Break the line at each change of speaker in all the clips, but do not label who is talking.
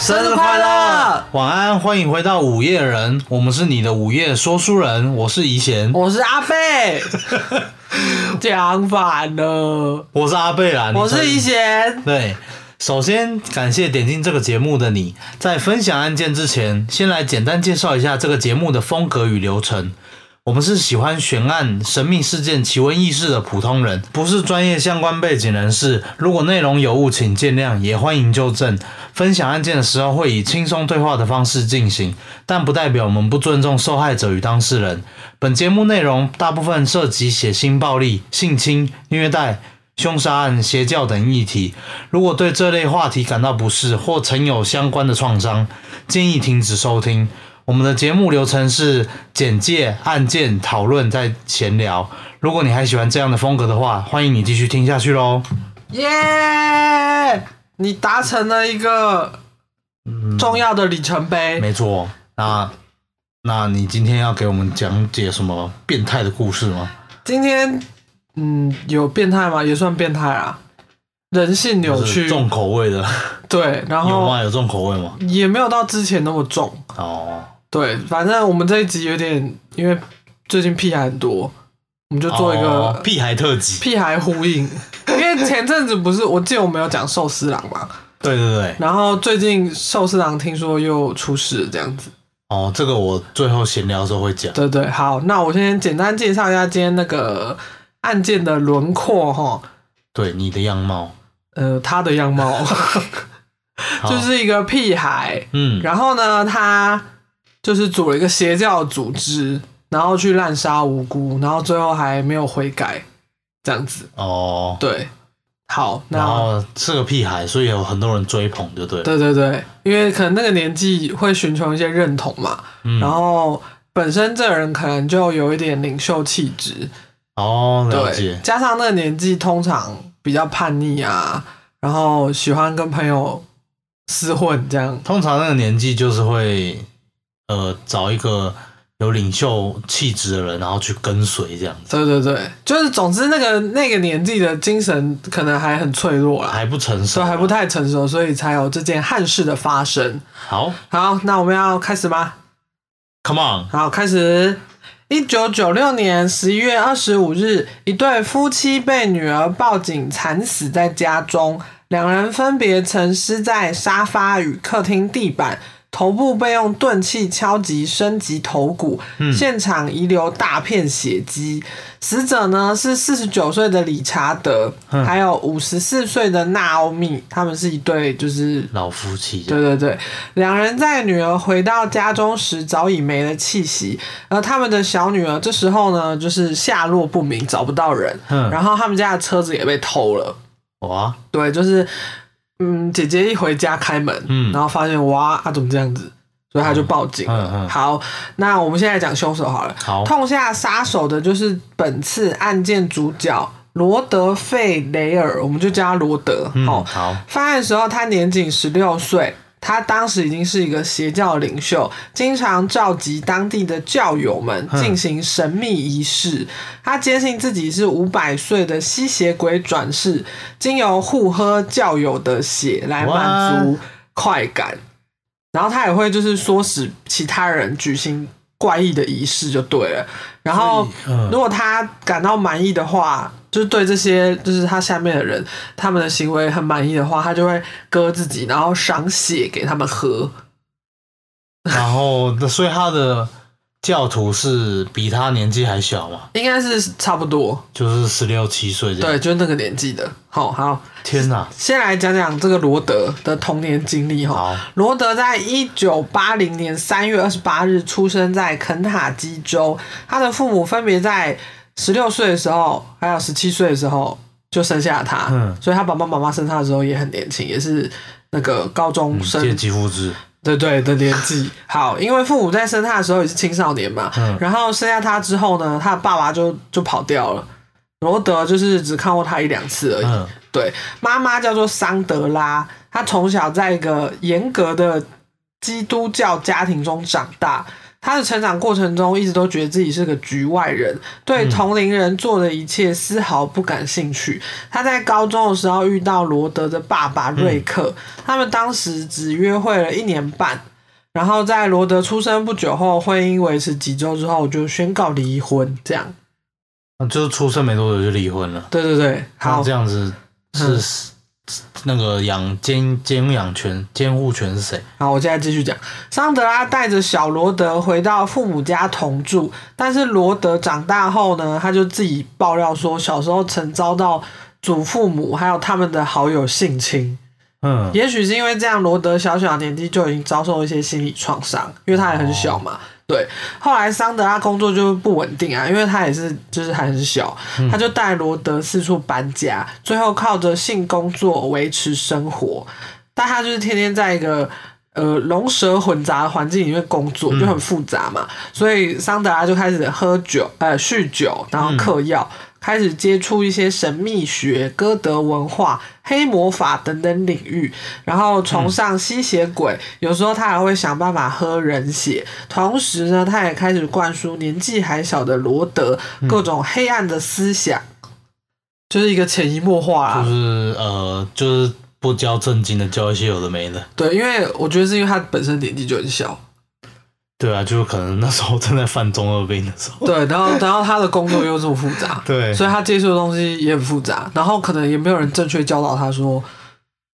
生日快乐！
晚安，欢迎回到午夜人，我们是你的午夜说书人，我是怡贤，
我是阿 贝，讲反了，
我是阿贝啦，
我是
怡
怡。贤，
对，首先感谢点进这个节目的你。在分享案件之前，先来简单介绍一下这个节目的风格与流程。我们是喜欢悬案、神秘事件、奇闻异事的普通人，不是专业相关背景人士。如果内容有误，请见谅，也欢迎纠正。分享案件的时候会以轻松对话的方式进行，但不代表我们不尊重受害者与当事人。本节目内容大部分涉及血腥暴力、性侵、虐待。凶杀案、邪教等议题。如果对这类话题感到不适或曾有相关的创伤，建议停止收听。我们的节目流程是简介、案件讨论再闲聊。如果你还喜欢这样的风格的话，欢迎你继续听下去喽。
耶、你达成了一个重要的里程碑。
嗯没错，那那你今天要给我们讲解什么变态的故事吗？
今天，嗯，有变态吗？也算变态啊，人性扭
就是
曲，
重口味的，
对，然
有
后
吗？有重口味吗？
也没有到之前那么重，
哦，
对，反正我们这一集有点，因为最近屁孩很多，我们就做一个
哦屁孩特辑。
屁孩呼应，因为前阵子不是我记得我们有讲寿司郎嘛，
对对对，
然后最近寿司郎听说又出事了这样子，
哦，这个我最后闲聊的时候会讲。
对对，好，那我先简单介绍一下今天那个案件的轮廓哈，
对你的样 貌，
呃，他的 样貌
好
就是一个屁孩，
嗯，
然后呢，他就是组了一个邪教组织，然后去滥杀无辜，然后最后还没有悔改，这样子，
哦，
对，好，那
然后是个屁孩，所以有很多人追捧，就对了，
对对对，因为可能那个年纪会寻求一些认同嘛，
嗯
然后本身这个人可能就有一点领袖气质，
哦，了
对
解，，
加上那个年纪通常比较叛逆啊，然后喜欢跟朋友厮混这样，
通常那个年纪就是会，呃，找一个有领袖气质的人，然后去跟随这样子，
对对对，就是总之那个那个年纪的精神可能还很脆弱啦，
还不成熟
所以
啊，
还不太成熟，所以才有这件憾事的发生。
好
好，那我们要开始吗？
，Come on，
好，开始。一九九六年十一月二十五日，一对夫妻被女儿报警惨死在家中，两人分别沉尸在沙发与客厅地板，头部被用钝器敲击升级头骨，现场遗留大片血迹。死者呢是四十九岁的理查德，还有五十四岁的纳奥米，他们是一对就是
老夫妻这样，
对对对，两人在女儿回到家中时早已没了气息，而他们的小女儿这时候呢，就是下落不明，找不到人，
嗯
然后他们家的车子也被偷了。
哇，
对，就是嗯，姐姐一回家开门，
嗯
然后发现哇，啊怎么这样子，所以她就报警了。
嗯嗯嗯
好，那我们现在讲凶手好了。
好
痛下杀手的就是本次案件主角罗德·费雷尔，我们就叫他罗德。
嗯
好
好
犯案时候他年仅十六岁。他当时已经是一个邪教领袖，经常召集当地的教友们
嗯
进行神秘仪式。他坚信自己是五百岁的吸血鬼转世，经由互喝教友的血来满足快感。然后他也会就是唆使其他人举行怪异的仪式就对了。然后
所以嗯
如果他感到满意的话，就是对这些就是他下面的人他们的行为很满意的话，他就会割自己，然后赏血给他们喝。
然后那所以他的教徒是比他年纪还小嘛，
应该是差不多，
就是十六七岁这样，
对，就是那个年纪的。好好，
天哪，
先来讲讲这个罗德的童年经历哈。
好，
罗德在一九八零年三月二十八日出生在肯塔基州，他的父母分别在十六岁的时候，还有十七岁的时候就生下他。
嗯
所以他爸爸妈妈生他的时候也很年轻，也是那个高中生
借机复制，
对对的年 纪。好，因为父母在生他的时候也是青少年嘛，
嗯
然后生下他之后呢，他的爸爸就就跑掉了。罗德就是只看过他一两次而已。
嗯，
对，妈妈叫做桑德拉，她从小在一个严格的基督教家庭中长大。他的成长过程中一直都觉得自己是个局外人，对同龄人做的一切丝毫不感兴趣。他在高中的时候遇到罗德的爸爸瑞克，他们当时只约会了一年半。然后在罗德出生不久后，婚姻维持几周之后就宣告离婚。这样，
啊就是出生没多久就离婚了。
对对对，
那
好
这，样子是、那个养监监养权监护权是谁？
好，我现在继续讲。桑德拉带着小罗德回到父母家同住，但是罗德长大后呢，他就自己爆料说，小时候曾遭到祖父母还有他们的好友性侵。
嗯，
也许是因为这样，罗德小小年纪就已经遭受一些心理创伤，因为他也很小嘛。对，后来桑德拉工作就不稳定啊，因为他也是就是还很小，他就带罗德四处搬家，最后靠着性工作维持生活。但他就是天天在一个呃龙蛇混杂的环境里面工作，就很复杂嘛。所以桑德拉就开始喝酒，呃，酗酒，然后嗑药，
嗯
开始接触一些神秘学、歌德文化、黑魔法等等领域，然后崇尚吸血鬼。
嗯
有时候他还会想办法喝人血。同时呢，他也开始灌输年纪还小的罗德
嗯
各种黑暗的思想。就是一个潜移默化啊，
就是呃，就是不教正经的教一些有的没的。
对，因为我觉得是因为他本身年纪就很小，
对啊，就可能那时候正在犯中二病的时候。，
对，然后然后他的工作又这么复杂
对
所以他接触的东西也很复杂，然后可能也没有人正确教导他说，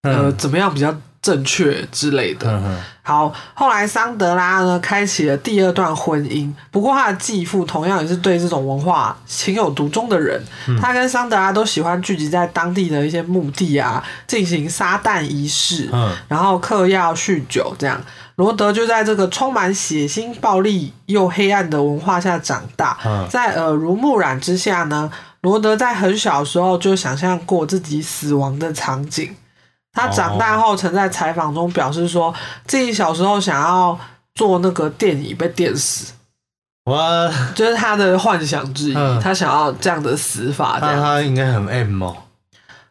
呃，
嗯
怎么样比较正确之类的。
嗯嗯
好，后来桑德拉呢开启了第二段婚姻，不过他的继父同样也是对这种文化情有独钟的人，
嗯
他跟桑德拉都喜欢聚集在当地的一些墓地啊，进行撒旦仪式，
嗯
然后嗑药酗酒这样。罗德就在这个充满血腥、暴力又黑暗的文化下长大，
嗯
在耳濡目染之下呢，罗德在很小的时候就想象过自己死亡的场景。他长大后曾在采访中表示说，自己小时候想要做那个电椅被电死，
哇，
就是他的幻想之一。
嗯
他想要这样的死法，这
那
样。
他应该很 M 哦。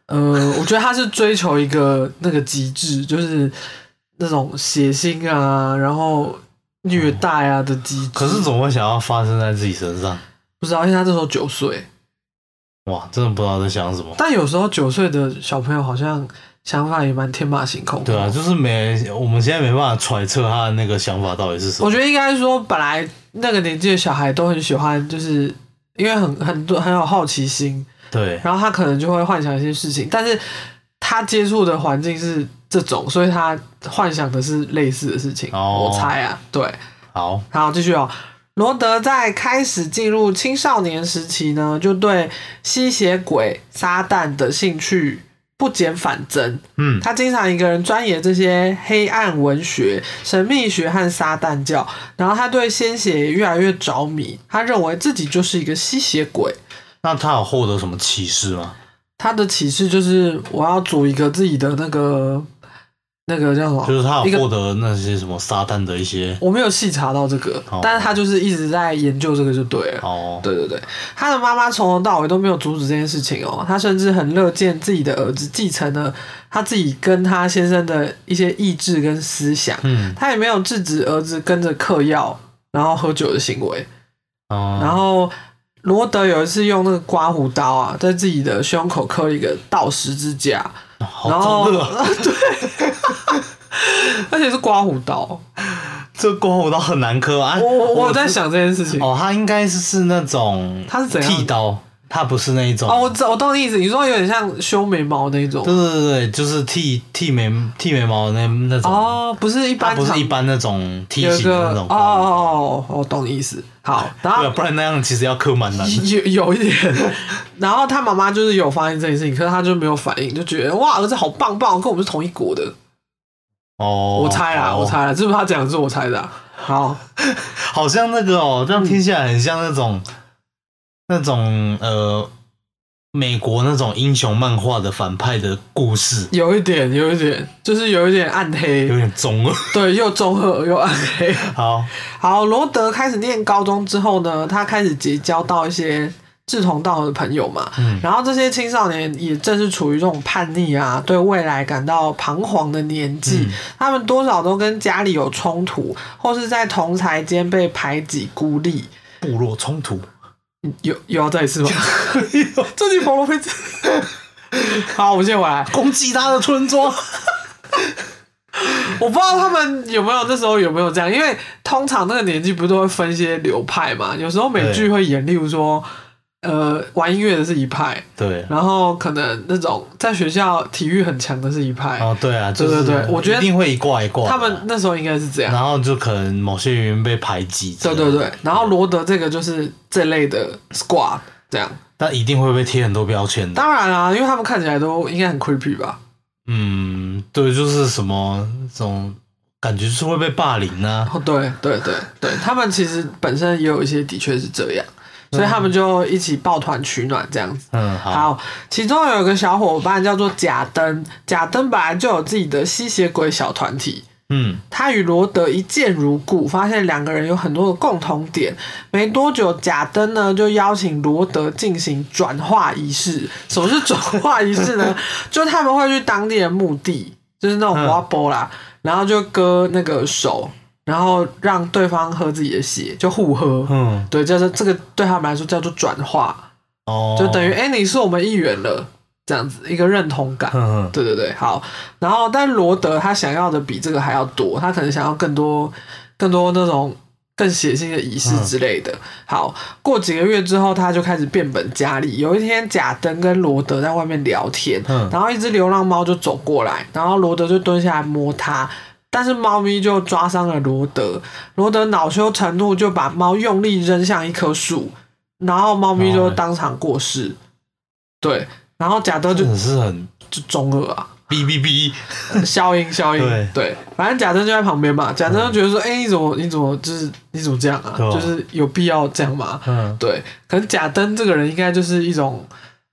呃，我觉得他是追求一个那个极致，就是那种血腥啊，然后虐待啊的极致。
嗯可是怎么会想要发生在自己身上？
不知道，因为他这时候九岁，
哇，真的不知道在想什么。
但有时候九岁的小朋友好像想法也蛮天马行空的。哦
对啊，就是没，我们现在没办法揣测他的那个想法到底是什么
我。觉得应该说，本来那个年纪的小孩都很喜欢，就是因为很很多很有好奇心，
对，
然后他可能就会幻想一些事情，但是他接触的环境是这种，所以他幻想的是类似的事情。
哦
我猜啊，对。
好，
好，继续哦。罗德在开始进入青少年时期呢，就对吸血鬼、撒旦的兴趣不减反增。
嗯
他经常一个人钻研这些黑暗文学、神秘学和撒旦教，然后他对鲜血也越来越着迷。他认为自己就是一个吸血鬼。
那他有获得什么启示吗？
他的启示就是，我要组一个自己的那个那个叫什么？
就是他
一
有
个
获得那些什么撒旦的一些
我没有细查到这个，
哦
但是他就是一直在研究这个就对了。
哦，
对对对，他的妈妈从头到尾都没有阻止这件事情哦，他甚至很乐见自己的儿子继承了他自己跟他先生的一些意志跟思想，
嗯，
他也没有制止儿子跟着嗑药然后喝酒的行为。
哦
然后罗德有一次用那个刮胡刀啊，在自己的胸口刻了一个倒十字架，然
哦好
后
中二，
对，而且是刮胡刀。
这刮胡刀很难磕啊！
我我我在
知
想这件事情
哦，他应该是是那种
他是怎样
剃刀，他不是那一种
哦，我知我懂你意思，你说有点像修眉毛那种
对。对对，对就是剃剃眉剃眉毛那那种，
哦，不是一
他
般
不
常
是一般那种梯
有一
形的那
个哦
种刮胡刀
哦哦，我懂你意思。 好，然
对啊，
后
不然那样其实要磕蛮难的。
有有一点， 然后他妈妈就是有发现这件事情，可是他就没有反应，就觉得哇，儿子好棒棒，跟我们是同一国的。
哦，
我猜啦，
哦
我，猜啦，这不是他讲的，是我猜的啊。好，
好像那个哦，这样听起来很像那种、那种呃美国那种英雄漫画的反派的故事，
有一点，有一点，就是有一点暗黑
有，点中二。
对，又中和又暗黑。
好，
好，罗德开始念高中之后呢，他开始结交到一些志同道合的朋友嘛。
嗯
然后这些青少年也正是处于这种叛逆啊，对未来感到彷徨的年纪，他们多少都跟家里有冲突，或是在同才间被排挤孤立。
部落冲突，
有有要再一次吗？ 这集佛罗菲兹。好，我们先回来。
攻击他的村庄。
我不知道他们有没有那时候有没有这样，因为通常那个年纪不是都会分一些流派嘛，有时候美剧会演，例如说，呃，玩音乐的是一派，
对，
然后可能那种在学校体育很强的是一派，
哦，对啊，就是
对对对我觉得
一定会一挂一挂的啊。
他们那时候应该是这样。
然后就可能某些原因被排挤，
对对，对，然后罗德这个就是这类的 squad 这样，
但一定会被贴很多标签的。
当然啊啦、因为他们看起来都应该很 creepy 吧？
嗯，对，就是什么这种感觉就是会被霸凌啊。
哦，对对对对，他们其实本身也有一些的确是这样，所以他们就一起抱团取暖这样子。
嗯，好，
好，其中有一个小伙伴叫做贾登，贾登本来就有自己的吸血鬼小团体。
嗯，
他与罗德一见如故，发现两个人有很多的共同点。没多久，贾登呢就邀请罗德进行转化仪式。什么是转化仪式 呢？就他们会去当地的墓地，就是那种
嗯
挖波啦，然后就割那个手，然后让对方喝自己的血，就互喝。
嗯，
对，叫做这个对他们来说叫做转化。
哦，
就等于，哎、诶你是我们一员了，这样子一个认同感。
嗯嗯，
对对对，好。然后，但罗德他想要的比这个还要多，他可能想要更多、更多那种更血腥的仪式之类的。好，过几个月之后，他就开始变本加厉。有一天，贾登跟罗德在外面聊天，
嗯
然后一只流浪猫就走过来，然后罗德就蹲下来摸它。但是猫咪就抓伤了罗德，罗德恼羞成怒，就把猫用力扔向一棵树，然后猫咪就
哦
当场过世。对，然后贾登就
真的是很
就中二啊，
哔哔哔，
消音消音，
对嗯
反正贾珍就在旁边嘛，贾珍就觉得说，哎、你怎么你怎么就是你怎么这样啊？
对啊
就是有必要这样吗？
嗯，
对，可能贾登这个人应该就是一种，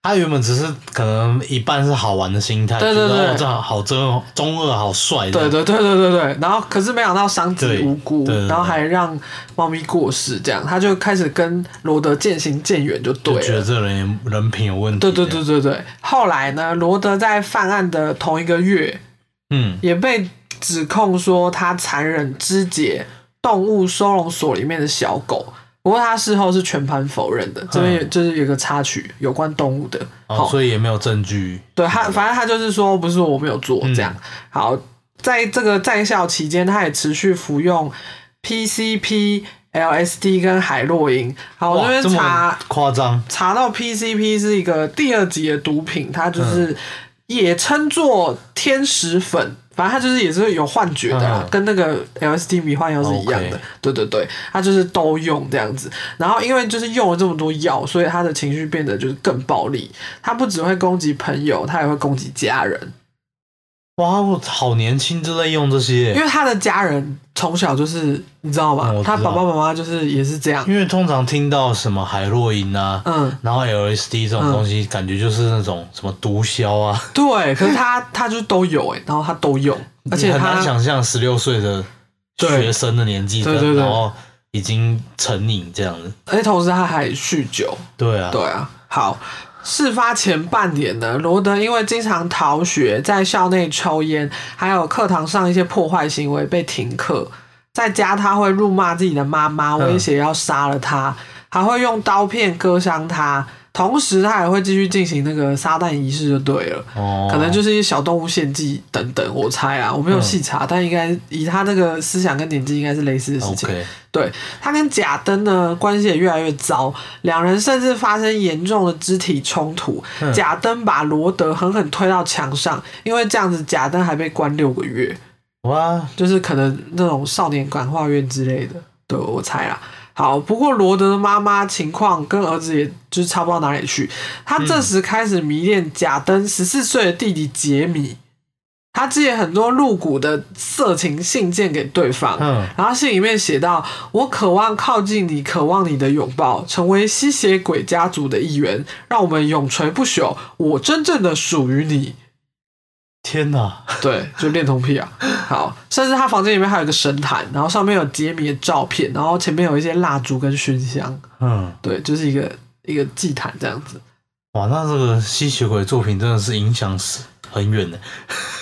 他原本只是可能一半是好玩的心态，
对对
觉得
对
哦这好好真哦中二好帅，
对，对对对对对，然后可是没想到伤及
对
无辜
对对，对
然后还让猫咪过世，这样他就开始跟罗德渐行渐远，就对
就觉
了
得。这人也人品有问题，
对对对，对对，后来呢，罗德在犯案的同一个月，
嗯，
也被指控说他残忍肢解动物收容所里面的小狗。不过他事后是全盘否认的，
嗯
这边有就是有一个插曲，有关动物的。
哦，
好
所以也没有证据，
对他，反正他就是说不是我没有做
嗯
这样。好，在这个在校期间，他也持续服用 PCP、LSD 跟海洛因。好，我
哇
这边
这
查
么夸张，
查到 PCP 是一个第二级的毒品，它
嗯
就是也称作天使粉，反正它就是也是有幻觉的啦，
嗯
跟那个 LSD 迷幻药是一样的。
OK
对对对，它就是都用这样子。然后因为就是用了这么多药，所以他的情绪变得就是更暴力。他不只会攻击朋友，他也会攻击家人，
哇，我好年轻就在用这些
因，为他的家人从小就是你知道吗？
嗯我知
他
道
爸爸妈妈就是也是这样。
因为通常听到什么海洛因啊，
嗯，
然后 LSD 这种东西，感觉就是那种什么毒枭啊，
对，可是他他就是都有哎、然后他都用，而且
你很
他
难想象十六岁的
对
学生的年纪，
对对对
然后已经成瘾这样子，
而且同时他还酗酒。
对啊，
对啊，好。事发前半年呢，罗德因为经常逃学，在校内抽烟，还有课堂上一些破坏行为被停课。在家他会辱骂自己的妈妈，
嗯
威胁要杀了她，还会用刀片割伤她。同时，他也会继续进行那个撒旦仪式，就对了。
哦，
可能就是一些小动物献祭等等，我猜啊，我没有细
嗯
查，但应该以他那个思想跟年纪，应该是类似的事情。
OK，
对他跟贾登呢关系也越来越糟，两人甚至发生严重的肢体冲突。
嗯
贾登把罗德狠狠推到墙上，因为这样子贾登还被关六个月，
哇，
就是可能那种少年感化院之类的。对我猜啦。好，不过罗德的妈妈情况跟儿子也就是差不到哪里去。他这时开始迷恋贾登十四岁的弟弟杰米，他寄了很多露骨的色情信件给对方。
嗯
然后信里面写到：“我渴望靠近你，渴望你的拥抱，成为吸血鬼家族的一员，让我们永垂不朽。我真正的属于你。
天哪，”
对，就恋童癖啊。好，甚至他房间里面还有一个神坛，然后上面有杰米的照片，然后前面有一些蜡烛跟熏香。
嗯，
对，就是一个一个祭坛这样子，
哇，那这个吸血鬼作品真的是影响是很远的。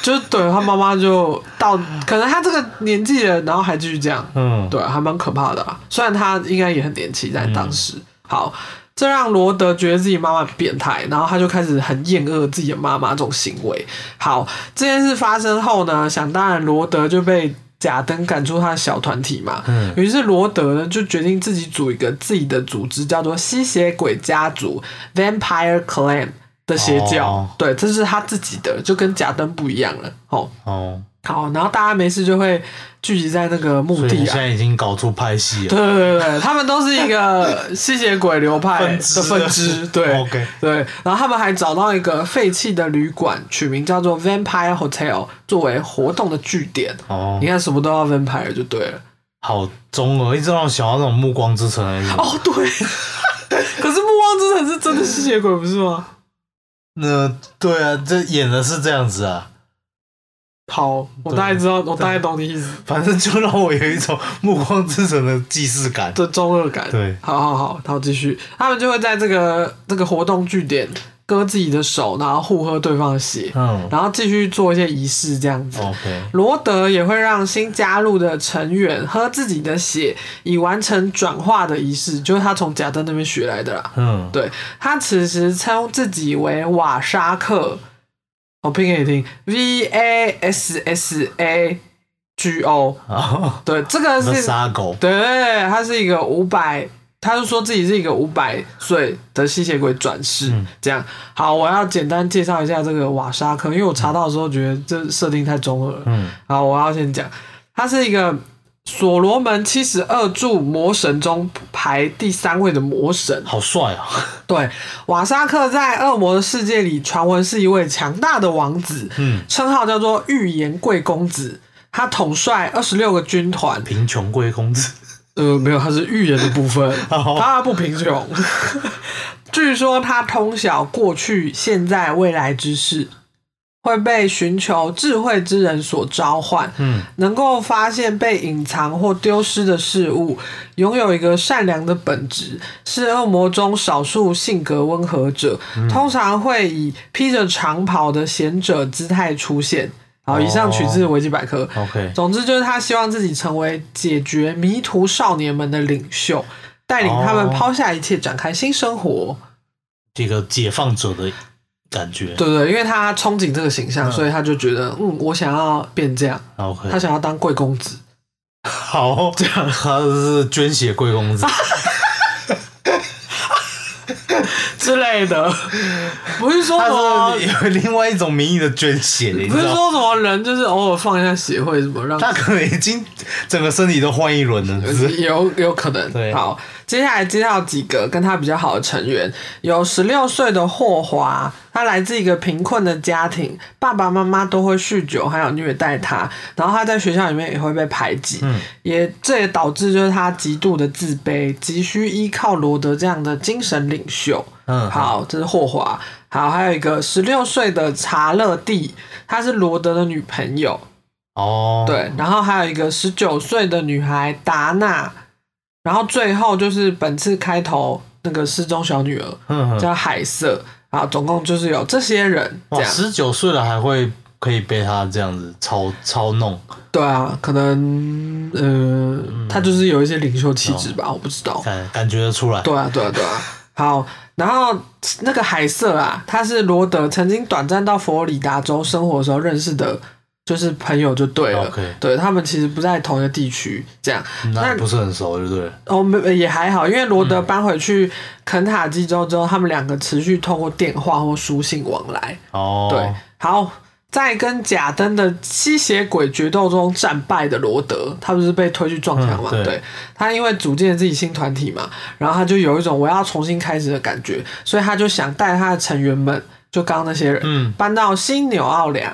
就是对他妈妈就到，可能他这个年纪了，然后还继续这样，
嗯，
对，还蛮可怕的啊。虽然他应该也很年轻，在当时，
嗯
好，这让罗德觉得自己妈妈很变态，然后他就开始很厌恶自己的妈妈这种行为。好，这件事发生后呢，想当然罗德就被贾登赶出他的小团体嘛。
嗯
于是罗德呢就决定自己组一个自己的组织，叫做吸血鬼家族 （Vampire Clan） 的邪教。
哦
对，这是他自己的，就跟贾登不一样了。哦，
哦，
好，然后大家没事就会聚集在那个墓
所以
地
你
啊
现。在已经搞出拍戏 了，
对对对，他们都是 一个吸血鬼流派
分
的
支哦
分支，对
啊 OK
对。然后他们还找到一个废弃的旅馆，取名叫做 Vampire Hotel，作为活动的据点。
哦
你，看什么都要 Vampire 就对了。
好中二，一直让我想到那种《暮光之城》而已。
哦， 对。可是《暮光之城》是真的吸血鬼不是吗？
那对啊，这演的是这样子啊，
好，我大概知道，我大概懂你意思
反正就让我有一种《暮光之城》的既视感。
的中二感。
对
好好好，然后继续，他们就会在这个这个活动据点割自己的手，然后互喝对方的血，
嗯
然后继续做一些仪式这样子。
，OK，
罗德也会让新加入的成员喝自己的血，以完成转化的仪式，就是他从贾登那边学来的啦。
嗯，
对他此时称自己为瓦沙克，我拼给你听，V A S S A G O。
哦，
对，这个
那
是，
杀狗，
对，他是一个五百，他就说自己是一个五百岁的吸血鬼转世。
嗯
这样，好，我要简单介绍一下这个瓦沙克，因为我查到的时候觉得这设定太中二了。
嗯，
好，我要先讲，他是一个所罗门七十二柱魔神中排第三位的魔神。
好帅啊，
对，瓦沙克在恶魔的世界里，传闻是一位强大的王子，
嗯，
称号叫做预言贵公子。他统帅二十六个军 团，
贫穷贵公子，
呃，没有，他是预言的部分，
哦
他不贫穷。据说他通晓过去、现在、未来之事，会被寻求智慧之人所召唤。
嗯，
能够发现被隐藏或丢失的事物，拥有一个善良的本质，是恶魔中少数性格温和者，通常会以披着长袍的贤者姿态出现。好，以上取自维基百科。
OK
总之就是他希望自己成为解决迷途少年们的领袖，带领他们
哦
抛下一切，展开新生活。
这个解放者的感觉
对对，因为他憧憬这个形象，
嗯
所以他就觉得，嗯，我想要变这样，
，OK，
他想要当贵公子。
好，这样他是捐血贵公 子，
之类的， 不是说什
他
么，
是有另外一种名义的捐血的，你
不
知
是
道吗？
说什么人就是偶尔放一下血会什么让
他可能已经整个身体都换一轮了，是
有有可能。
对
好，接下来介绍几个跟他比较好的成员，有十六岁的霍华，他来自一个贫困的家庭，爸爸妈妈都会酗酒，还有虐待他，然后他在学校里面也会被排挤，
嗯
也这也导致就是他极度的自卑，急需依靠罗德这样的精神领袖。
嗯
好，这是霍华。好，还有一个十六岁的查勒蒂，她是罗德的女朋友。
哦，，
对，然后还有一个十九岁的女孩达娜，然后最后就是本次开头那个失踪小女儿
嗯哼，
叫海瑟，啊，总共就是有这些人这
哇，
样。
十九岁了还会可以被他这样子操操弄，
对啊，可能呃，
嗯
她就是有一些领袖气质吧，我不知道。
感感觉得出来，
对啊，对啊，对啊。 好，然后那个海瑟啊，他是罗德曾经短暂到佛罗里达州生活的时候认识的，就是朋友就对了。
OK
对他们其实不在同一个地区，这样。
那
那
不是很熟，对不对？
哦，没也还好，因为罗德搬回去肯塔基州之后，他们两个持续通过电话或书信往来。
哦，
对，好，在跟贾登的吸血鬼决斗中战败的罗德，他不是被推去撞墙嘛？
嗯对
对，他因为组建自己新团体嘛，然后他就有一种我要重新开始的感觉，所以他就想带他的成员们，就刚刚那些人，
嗯
搬到新纽奥良。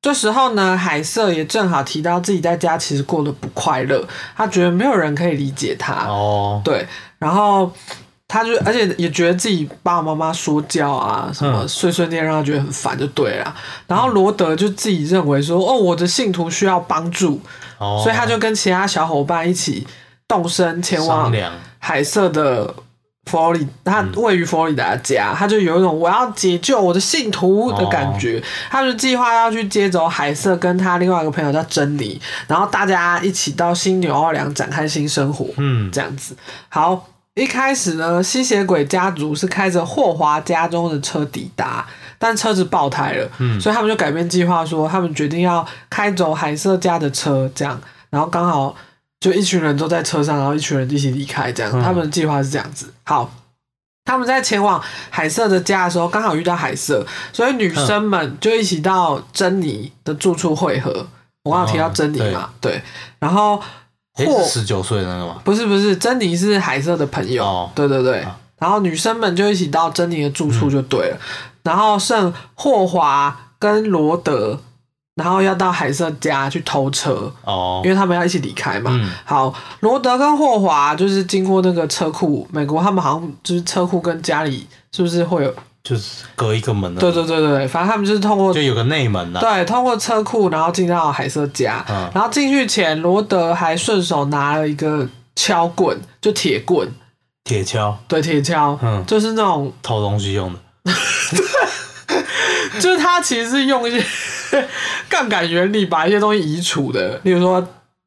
这时候呢，海瑟也正好提到自己在家其实过得不快乐，他觉得没有人可以理解他。
哦，
对，然后他就而且也觉得自己爸爸妈妈说教啊，什么
嗯
碎碎念让他觉得很烦，就对了。然后罗德就自己认为说，哦，我的信徒需要帮助，
哦，
所以他就跟其他小伙伴一起动身前
商嗯
往
量，
海瑟的佛罗里，他位于佛罗里达家，他就有一种我要解救我的信徒的感觉。
哦
他就计划要去接走海瑟跟他另外一个朋友叫珍妮，然后大家一起到新纽奥良展开新生活。
嗯
这样子。好，一开始呢，吸血鬼家族是开着霍华家中的车抵达，但车子爆胎了，
嗯
所以他们就改变计划说，他们决定要开走海瑟家的车，这样，然后刚好就一群人都在车上，然后一群人一起离开，这样，
嗯
他们的计划是这样子。好。他们在前往海瑟的家的时候，刚好遇到海瑟，所以女生们就一起到珍妮的住处汇合。我刚刚有提到珍妮嘛，对。然后
啊诶
霍
是十九岁的那个吗？
不是不是，珍妮是海瑟的朋友，
哦
对对对。
啊
然后女生们就一起到珍妮的住处就对了，
嗯
然后剩霍华跟罗德，然后要到海瑟家去偷车，
哦
因，为他们要一起离开嘛。
嗯
好，罗德跟霍华就是经过那个车库，美国他们好像就是车库跟家里是不是会有？
就是隔一个门的，
对对对对对，反正他们就是通过
嗯就有个内门啊啦。
对，通过车库，然后进到海瑟家，
嗯
然后进去前，罗德还顺手拿了一个敲棍，就铁棍，
铁锹
对，铁锹，
嗯
就是那种，
偷东西用的，
就是他其实是用一些 杠杆原理把一些东西移除的，例如说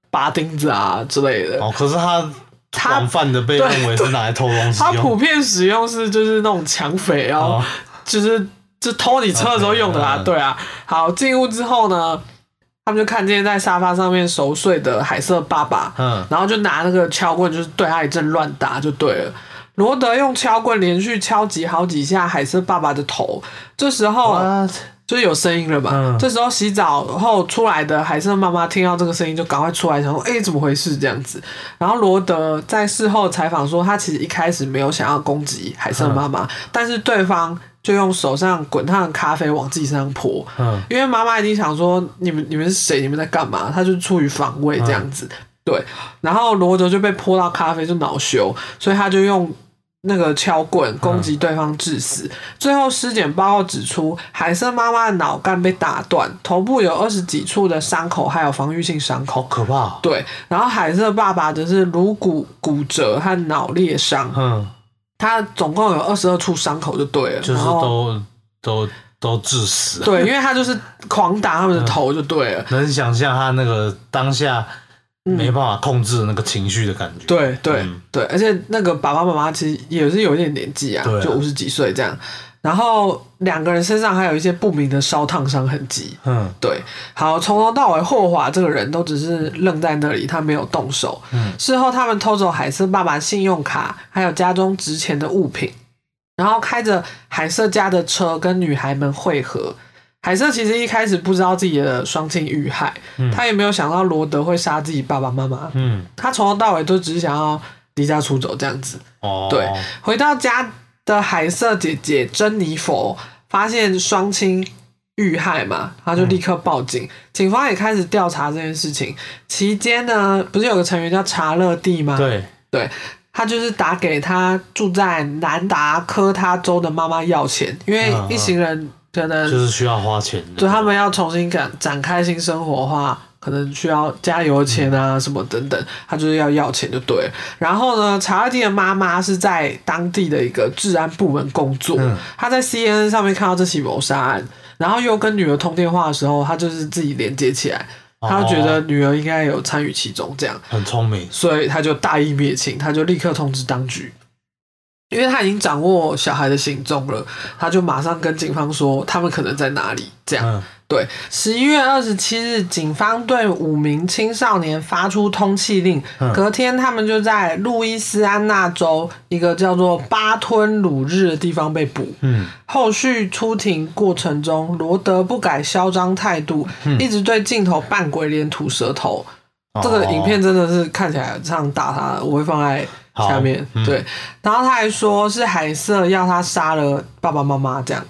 拔钉子啊之类的。
哦，可是他
他
广泛的被
对
认为是拿来偷东西
它普
用的。
遍使用是就是那种抢匪，然后
哦，
就是就偷你车的时候用的啦
嗯嗯，嗯
对啊。好，进屋之后呢，他们就看见在沙发上面熟睡的海瑟爸爸，
嗯，
然后就拿那个敲棍，就是对他一阵乱打就对了。罗德用敲棍连续敲击好几下海瑟爸爸的头，这时候啊
哇，
就是有声音了嘛。
嗯
这时候洗澡后出来的海瑟妈妈听到这个声音，就赶快出来想说：“哎、怎么回事？”这样子。然后罗德在事后采访说，他其实一开始没有想要攻击海瑟妈妈，但是对方就用手上滚烫的咖啡往自己身上泼。
嗯，
因为妈妈一定想说你们你们是谁，你们在干嘛？她就出于防
嗯
卫这样子，对。然后罗德就被泼到咖啡就恼羞，所以他就用那个敲棍攻击对方致死。
嗯
最后尸检报告指出，海瑟妈妈的脑干被打断，头部有二十几处的伤口，还有防御性伤
好
口。
可怕哦。
对，然后海瑟爸爸则是颅骨骨折和脑裂伤，
嗯，
他总共有二十二处伤口就对了，
就是
然后
都都都嗯致死。啊
对，因为他就是狂打他们的头就对了，
能想象他那个当下没办法控制那个情绪的感觉。
嗯对对、
嗯
对，而且那个爸爸妈妈其实也是有一点年纪啊，
对啊
就五十几岁这样。然后两个人身上还有一些不明的烧烫伤痕迹。
嗯，
对，好，从头到尾，霍华这个人都只是愣在那里，他没有动手。
嗯
事后他们偷走海瑟爸爸信用卡，还有家中值钱的物品，然后开着海瑟家的车跟女孩们会合。海瑟其实一开始不知道自己的双亲遇害，
嗯
他也没有想到罗德会杀自己爸爸妈妈。
嗯，
他从头到尾都只是想要离家出走这样子。
哦，
对回到家的海瑟姐姐珍妮佛发现双亲遇害嘛，她就立刻报警，警方也开始调查这件事情。期间呢，不是有个成员叫查乐蒂吗？，
对，
他就是打给他住在南达科他州的妈妈要钱，因为
嗯嗯
一行人可能
就是需要花钱的。
就他们要重新展展开新生活的话，可能需要加油钱啊什么等等，他就是要要钱就对了。然后呢，查拉蒂的妈妈是在当地的一个治安部门工作，
嗯
她在 CNN 上面看到这起谋杀案，然后又跟女儿通电话的时候，她就是自己连接起来，她觉得女儿应该有参与其中这样。
很聪明。
所以他就大义灭亲，他就立刻通知当局，因为他已经掌握小孩的行踪了，他就马上跟警方说他们可能在哪里。这样，
嗯，
对，十一月二十七日，警方对五名青少年发出通缉令，
嗯
隔天他们就在路易斯安那州一个叫做巴吞鲁日的地方被捕。
嗯，
后续出庭过程中，罗德不改嚣张态度，一直对镜头扮鬼脸、吐舌头。
哦
这个影片真的是看起来这样打他的，我会放在下面
好。嗯
对，然后他还说是海瑟要他杀了爸爸妈妈，这样，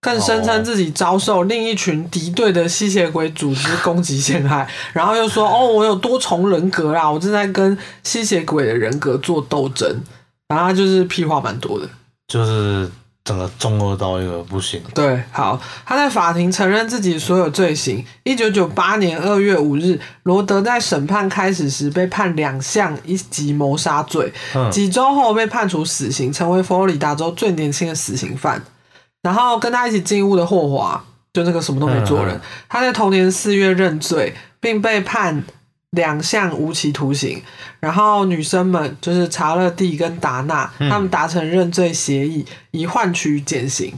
更声称自己遭受另一群敌对的吸血鬼组织攻击陷害，然后又说哦，我有多重人格啊啦，我正在跟吸血鬼的人格做斗争。然后他就是屁话蛮多的，
就是整个中二到一个不行。
对，好，他在法庭承认自己所有罪行。一九九八年二月五日，罗德在审判开始时被判两项一级谋杀罪，
嗯
几周后被判处死刑，成为佛罗里达州最年轻的死刑犯。然后跟他一起进屋的霍华，就那个什么都没做人，
嗯
他在同年四月认罪，并被判两项无期徒刑。然后女生们就是查勒蒂跟达纳，
嗯
他们达成认罪协议，以换取减刑。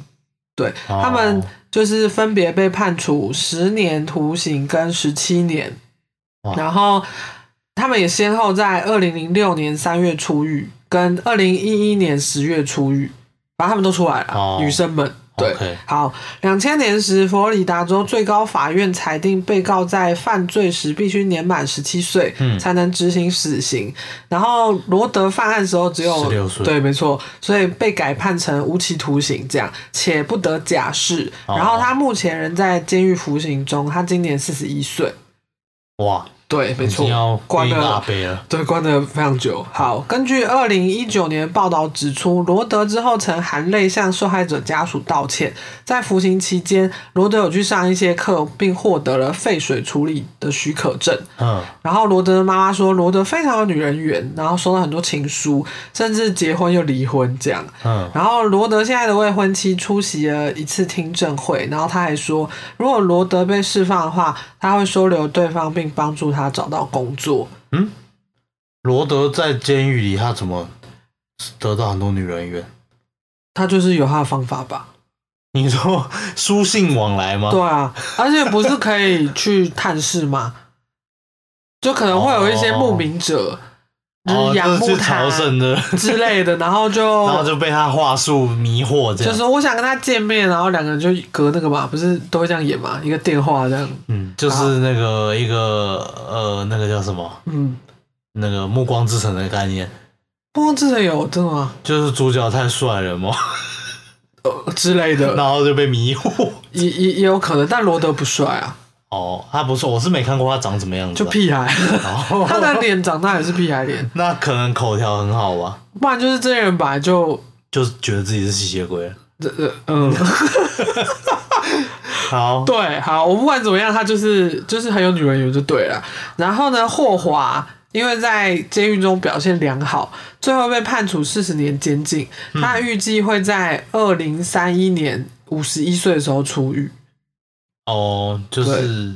对、
哦
他们就是分别被判处十年徒刑跟十七年
哇，
然后他们也先后在二零零六年三月出狱，跟二零一一年十月出狱，反正他们都出来了，
哦
女生们。对
OK
好，两千年时，佛罗里达州最高法院裁定，被告在犯罪时必须年满十七岁
嗯
才能执行死刑。然后罗德犯案时候只有
16岁
对，没错，所以被改判成无期徒刑，这样且不得假释。
哦
然后他目前仍在监狱服刑中，他今年四十一岁。
哇，
对，没
已
错
经要，
关
一
了
大杯了。
对，关得非常久。好，根据二零一九年报道指出，罗德之后曾含泪向受害者家属道歉。在服刑期间，罗德有去上一些课，并获得了废水处理的许可证。
嗯，
然后罗德的妈妈说，罗德非常有女人缘，然后收到很多情书，甚至结婚又离婚这样。
嗯，
然后罗德现在的未婚妻出席了一次听证会，然后他还说，如果罗德被释放的话，他会收留对方并帮助他找到工作。
罗德在监狱里，他怎么得到很多女人缘？
他就是有他的方法吧？
你说书信往来吗？
对啊，而且不是可以去探视吗？就可能会有一些慕名者，就
哦，
是仰
这
慕
是去
他
朝圣的，
之类的，然后就
然后就被他话术迷惑，这
就
样。
说我想跟他见面，然后两个人就隔那个嘛，不是都会这样演嘛，一个电话这样，
嗯，就是那个一个呃，那个叫什么？
嗯。
那个《暮光之城》的概念，
不光之前有真的吗？
就是主角太帅了嘛，
呃之类的，
然后就被迷惑。
也也也有可能，但罗德不帅啊，
哦，他不错，我是没看过他长怎么样子、啊
就。屁孩，
哦，
他的脸长大也是屁孩脸，
那可能口条很好吧，
不然就是这些人本来就，
就是觉得自己是吸血鬼。
呃呃嗯，
好，
对，好，我不管怎么样，他就是就是很有女人缘就对了。然后呢，霍华因为在监狱中表现良好，最后被判处四十年监禁。
嗯
他预计会在二零三一年五十一岁的时候出狱，
哦，就是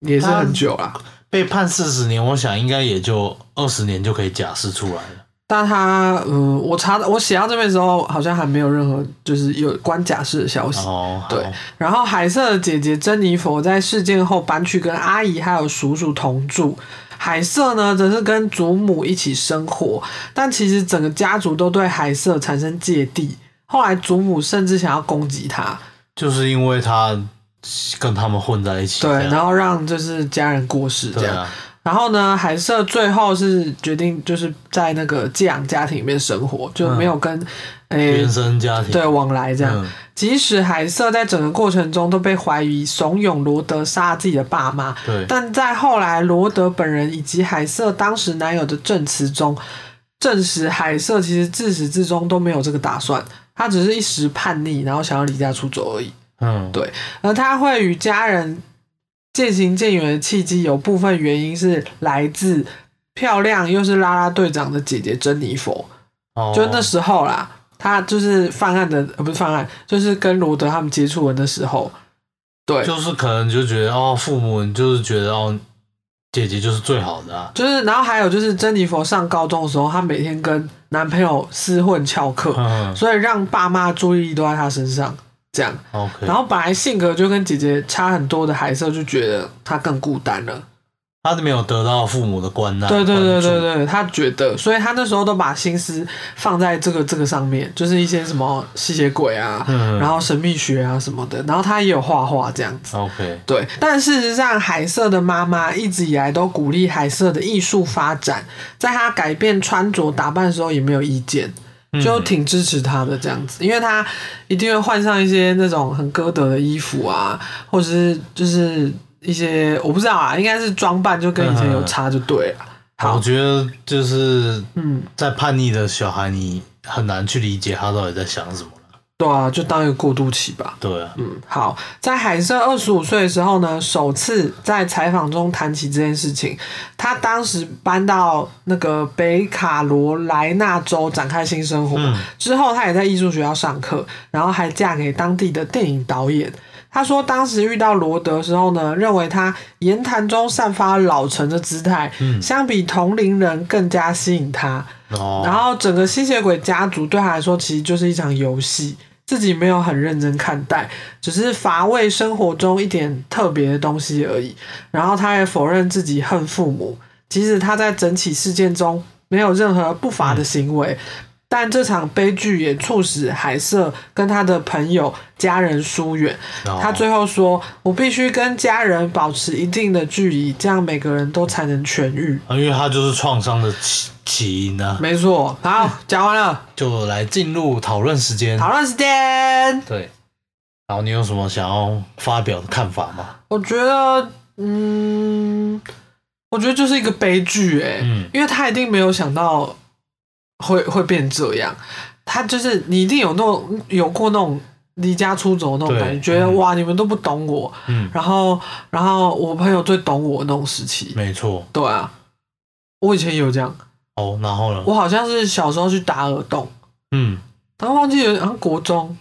也是很久啦。
被判四十年，我想应该也就二十年就可以假释出来了。
但他，嗯，我查到我写到这边的时候，好像还没有任何就是有关假释的消息。
哦，好
对，然后海瑟的姐姐珍妮佛在事件后搬去跟阿姨还有叔叔同住，海瑟呢则是跟祖母一起生活，但其实整个家族都对海瑟产生芥蒂。后来祖母甚至想要攻击他，
就是因为他跟他们混在一起，
对，
这样
然后让就是家人过世这
啊对
样。
啊，
然后呢，海瑟最后是决定就是在那个寄养家庭里面生活，就没有跟诶、
原生家庭，
对往来这样。
嗯
即使海瑟在整个过程中都被怀疑怂恿罗德杀自己的爸妈，
对，
但在后来罗德本人以及海瑟当时男友的证词中，证实海瑟其实自始至终都没有这个打算，他只是一时叛逆，然后想要离家出走而已。
嗯，
对，而他会与家人渐行渐远的契机，有部分原因是来自漂亮又是啦啦队长的姐姐珍妮佛。
哦
就那时候啦，他就是犯案的，呃，不是犯案，就是跟罗德他们接触的那时候。对，
就是可能就觉得哦，父母就是觉得哦，姐姐就是最好的啊，
就是，然后还有就是珍妮佛上高中的时候，她每天跟男朋友厮混翘课，
嗯
所以让爸妈注意力都在她身上，这样。
，OK，
然后本来性格就跟姐姐差很多的海瑟就觉得她更孤单了，
他都没有得到父母的关爱，
对对对对
啊关注，
对，她觉得，所以她那时候都把心思放在这个这个上面，就是一些什么吸血鬼啊，
嗯
然后神秘学啊什么的，然后她也有画画这样子。
，OK，
对，但事实上，海瑟的妈妈一直以来都鼓励海瑟的艺术发展，在他改变穿着打扮的时候也没有意见，就挺支持他的这样子，因为他一定会换上一些那种很歌德的衣服啊，或者是就是一些我不知道啊，应该是装扮就跟以前有差就对了。
我
好，
觉得就是
嗯，
在叛逆的小孩，你很难去理解他到底在想什么了
对啊，就当一个过渡期吧。
对啊，
嗯，好，在海瑟二十五岁的时候呢，首次在采访中谈起这件事情。他当时搬到那个北卡罗来纳州展开新生活，之后他也在艺术学校上课，然后还嫁给当地的电影导演。他说，当时遇到罗德的时候呢，认为他言谈中散发老成的姿态，相比同龄人更加吸引他。
哦，
然后整个吸血鬼家族对他来说其实就是一场游戏，自己没有很认真看待，只是乏味生活中一点特别的东西而已。然后他也否认自己恨父母，即使他在整起事件中没有任何不法的行为。但这场悲剧也促使海瑟跟他的朋友、家人疏远。
哦
他最后说：“我必须跟家人保持一定的距离，这样每个人都才能痊愈。
啊因为他就是创伤的起起因”啊，
没错。好，讲完了。
就来进入讨论时间。
讨论时间。
对，然后你有什么想要发表的看法吗？
我觉得，嗯，我觉得就是一个悲剧哎、
嗯
因为他一定没有想到会会变这样。他就是你一定有那种有过那种离家出走的那种
对
感觉，觉得、
嗯
哇你们都不懂我，
嗯，
然后然后我朋友最懂我那种时期。
没错。
对啊，我以前也有这样，
哦，然后呢？
我好像是小时候去打耳洞，
嗯，
然后忘记有好像国中，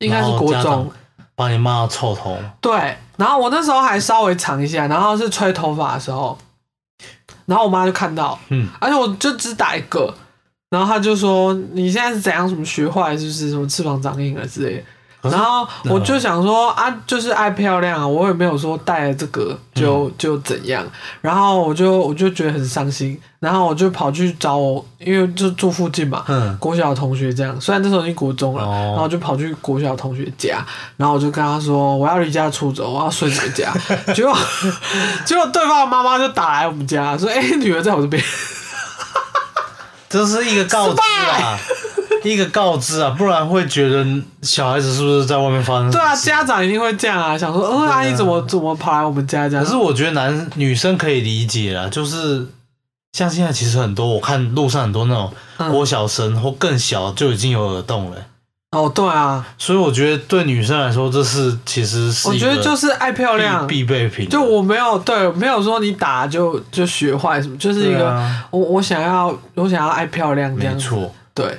应该是
然后
国
家
中
长，把你骂到臭头。
对，然后我那时候还稍微长一下，然后是吹头发的时候，然后我妈就看到，
嗯，
而且我就只打一个，然后她就说你现在是怎样，什么学坏是不是，什么翅膀长硬了之类的。
可是嗯
然后我就想说啊，就是爱漂亮啊，我也没有说戴了这个就、
嗯
就怎样。然后我就我就觉得很伤心，然后我就跑去找我，因为就住附近嘛，
嗯
国小同学这样。虽然那时候已经国中了，
哦
然后我就跑去国小同学家，然后我就跟他说我要离家出走，我要睡你们家。结果 结果对方的妈妈就打来我们家说，哎、女儿在我这边。
这是一个告知啊，一个告知啊，不然会觉得小孩子是不是在外面发生？
对啊，。家长一定会这样啊，想说，呃，阿姨怎么怎么跑来我们家这样？
嗯可是我觉得男女生可以理解啦，就是像现在其实很多，我看路上很多那种
嗯
国小生或更小就已经有耳洞了、
哦，对啊，
所以我觉得对女生来说，这是其实是
我觉得就是是爱漂亮，
必必备品。啊
就我没有对，没有说你打就就学坏什么，就是一
对
个、
啊
我我想要我想要爱漂亮这
没
样子，
错，
对啊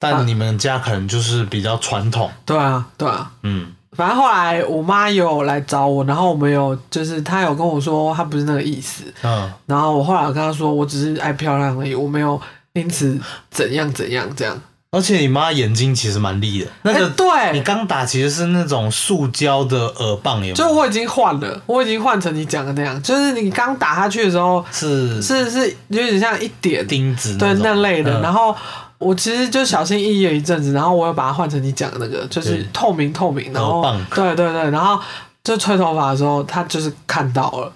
但你们家可能就是比较传统，
对啊对啊。
嗯，
反正后来我妈有来找我，然后我们有就是她有跟我说她不是那个意思，
嗯，
然后我后来有跟她说我只是爱漂亮而已，我没有因此怎样怎样这样。
而且你妈眼睛其实蛮利的，那
哎、
个、
对，
你刚打其实是那种塑胶的耳棒，有没
就
有？
我已经换了，我已经换成你讲的那样，就是你刚打下去的时候
是
是是有点像一点
钉子
对
种
那类的，
嗯
然后我其实就小心翼翼了一阵子，然后我又把它换成你讲的那个，就是
对
透明透明，然后
很棒
对对对，然后就吹头发的时候，他就是看到了，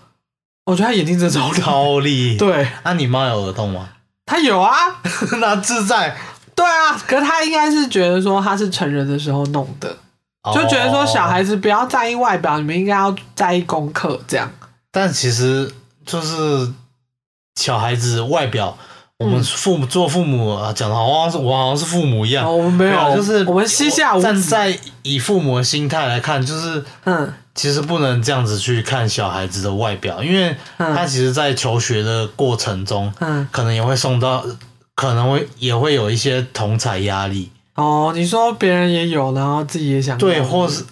我觉得他眼睛真的好亮，
超利。，
对
那、你妈有耳洞 吗？
他有啊，
那自在
对啊，可是他应该是觉得说他是成人的时候弄的，
哦
就觉得说小孩
子，
子不要在意外表，你们应该要在意功课这样。
但其实就是小孩子外表，我
嗯
们父母、做父母啊，讲的好像是我好像是父母一样，
哦我们没有
啊就是
我们膝下无子
站在以父母的心态来看，就是
嗯，
其实不能这样子去看小孩子的外表，因为
嗯
他其实，在求学的过程中，
嗯
可能也会送到，可能会也会有一些同才压力，
哦，你说别人也有，然后自己也想
对，
要
或是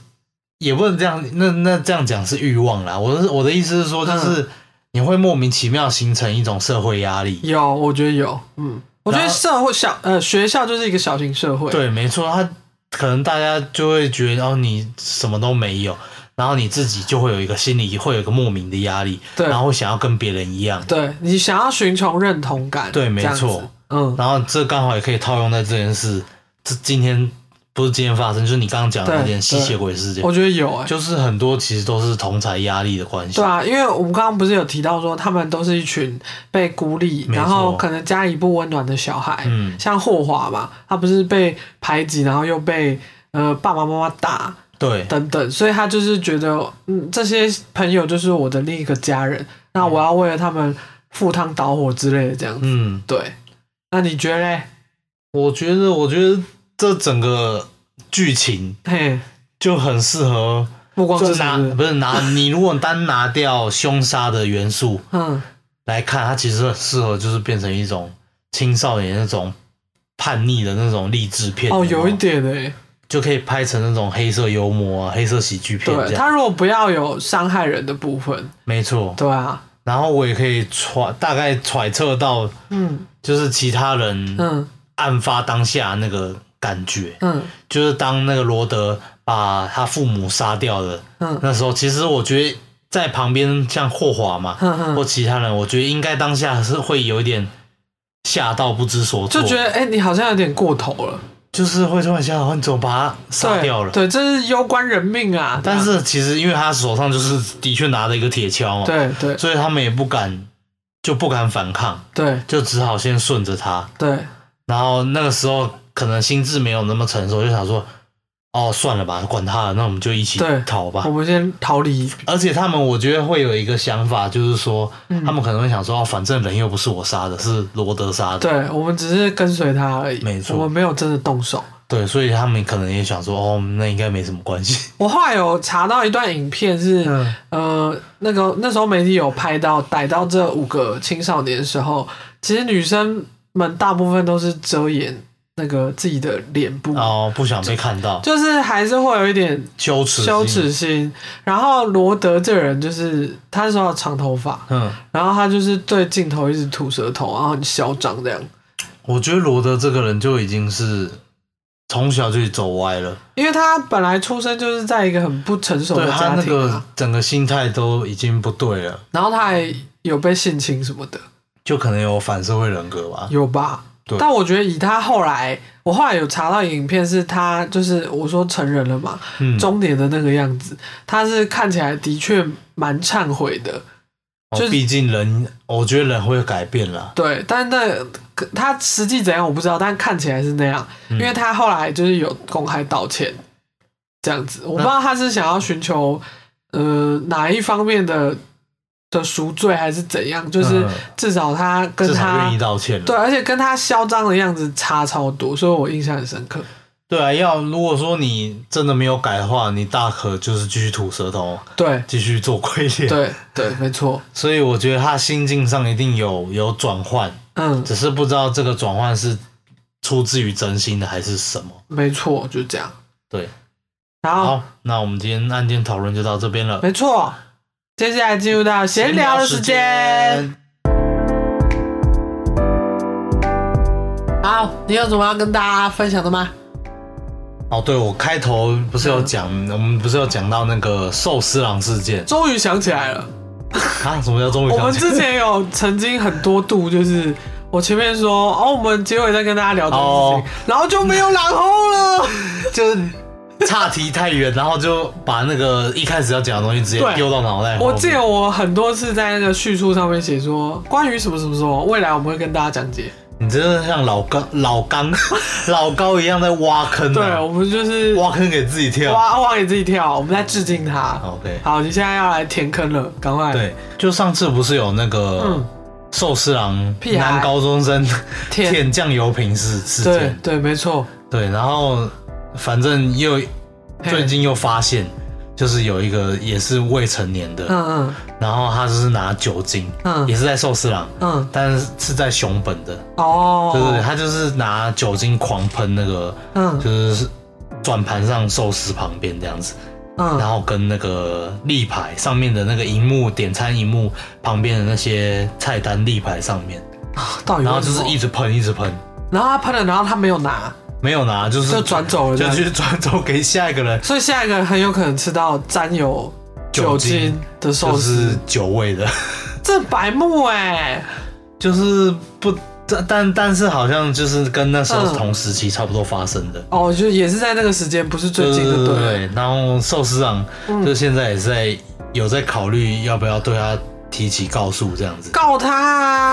也不能这样，那那这样讲是欲望啦。我是我的意思是说，
嗯
就是你会莫名其妙形成一种社会压力。
有，我觉得有，嗯，我觉得
然后
社会小呃学校就是一个小型社会，
对，没错，他可能大家就会觉得哦，你什么都没有，然后你自己就会有一个心里会有一个莫名的压力，
对
然后想要跟别人一样。
对你想要寻求认同感，
对没
这样子
错，
嗯，
然后这刚好也可以套用在这件事，这今天不是今天发生，就是你刚刚讲的那
对
件吸
对
血鬼事件
我，觉得有哎、
就是很多其实都是同才压力的关系。
对啊，因为我们刚刚不是有提到说，他们都是一群被孤立，
没错
然后可能家里不温暖的小孩，
嗯
像霍华嘛，他不是被排挤，然后又被呃爸爸妈妈打，
对，
等等，所以他就是觉得，嗯，这些朋友就是我的另一个家人，那我要为了他们赴汤蹈火之类的这样子。
嗯。
对，那你觉得嘞？
我觉得，我觉得这整个剧情
嘿，
就很适合。
目光
就
之
拿
城，
不是拿你，如果单拿掉凶杀的元素
嗯，
来看，它其实很适合就是变成一种青少年那种叛逆的那种励志片
哦，
没
有一点诶、
就可以拍成那种黑色幽默啊、黑色喜剧片这
对
样。
他如果不要有伤害人的部分，
没错，
对啊，
然后我也可以揣大概揣测到，
嗯
就是其他人
嗯
案发当下那个感觉，
嗯
就是当那个罗德把他父母杀掉的
嗯
那时候，其实我觉得在旁边像霍华嘛，
嗯嗯，
或其他人，我觉得应该当下是会有一点吓到不知所措，
就觉得哎、你好像有点过头了，
就是会突然吓到，你怎么把他杀
对
掉了？
对，这是攸关人命啊。
但是其实因为他手上就是的确拿了一个铁锹嘛，
对对
所以他们也不敢就不敢反抗，
对
就只好先顺着他。
对，
然后那个时候可能心智没有那么成熟，就想说，哦，算了吧，管他了，那我们就一起
对
逃吧
我。们先逃离，
而且他们，我觉得会有一个想法，就是说，
嗯
他们可能会想说，哦，反正人又不是我杀的，是罗德杀的，
对我们只是跟随他而已，
没错
我们没有真的动手。
对，所以他们可能也想说，哦，那应该没什么关系。
我后来有查到一段影片是，
嗯
呃，那个那时候媒体有拍到逮到这五个青少年的时候，其实女生们大部分都是遮掩那个自己的脸部，
哦，不想被看到，
就是还是会有一点
羞耻，
羞耻，心。然后罗德这个人就是他那时候有长头发，
嗯。
然后他就是对镜头一直吐舌头，然后很嚣张这样。
我觉得罗德这个人就已经是从小就走歪了，
因为他本来出生就是在一个很不成熟
对
的
他
家
那
庭、啊，
个整个心态都已经不对了，
然后他还有被性侵什么的，
就可能有反社会人格吧。
有吧？
对
但我觉得以他后来，我后来有查到影片，是他就是我说成人了嘛，
嗯，
中年的那个样子，他是看起来的确蛮忏悔的，
哦
就是
毕竟人，我觉得人会改变啦。
对，但那可他实际怎样我不知道，但看起来是那样，
嗯
因为他后来就是有公开道歉，这样子，我不知道他是想要寻求呃哪一方面的的赎罪还是怎样，就是
嗯
至少他跟
至少
他
愿意道歉了。
对，而且跟他嚣张的样子差超多，所以我印象很深刻。
对啊，要如果说你真的没有改的话，你大可就是继续吐舌头，
对
继续做亏脸。
对 对，没错，
所以我觉得他心境上一定有有转换，
嗯，
只是不知道这个转换是出自于真心的还是什么。
没错，就是这样。
对，
然后
好，那我们今天案件讨论就到这边了。
没错，接下来进入到闲聊的时间。，好，你有什么要跟大家分享的吗？
哦，对，我开头不是有讲，我们不是有讲到那个寿司郎事件
终于想起来了，
啊？什么叫终于
我
想
们
起
之前有曾经很多度，就是我前面说哦，我们结尾再跟大家聊这件事情，然后就没有然后 了。
就是岔题太远，然后就把那个一开始要讲的东西直接
对
丢到脑袋后面。
我记得我很多次在那个叙述上面写说，关于什么什么什么，未来我们会跟大家讲解。
你真的像老 刚、老刚、老高一样在挖坑、
对，
啊，
我们就是
挖坑给自己跳。
挖挖给自己跳，我们在致敬他。
OK，
好，你现在要来填坑了，赶快。，
对，就上次不是有那个
嗯，
寿司郎
屁孩
男高中 生
舔
舔酱油瓶事事
对
件，
对，没错。
对，然后反正又
嘿
最，近又发现，就是有一个也是未成年的，
嗯嗯
然后他就是拿酒精，
嗯
也是在寿司郎，
嗯，
但是是在熊本的，
哦，
对对对，他就是拿酒精狂喷那个，
嗯
就是转盘上寿司旁边这样子，然
嗯
后跟那个立牌上面的那个荧幕点餐荧幕旁边的那些菜单立牌上面，
到底
然后
为
就
什
是
么
一直喷一直喷，
然后他喷了，然后他没有拿，
没有拿，就是
就转走了这
就
样
去转走给下一个人，
所以下一个很有可能吃到沾有酒
酒精
精的寿
就是
司，
酒味的。
这白目哎，
就是不，但但但是好像就是跟那时候
嗯
同时期差不多发生的，
哦，就也是在那个时间，不是最近的，
对
对了，
然后寿司长
嗯
就现在也是在有在考虑要不要对他提起告诉这样子。
告他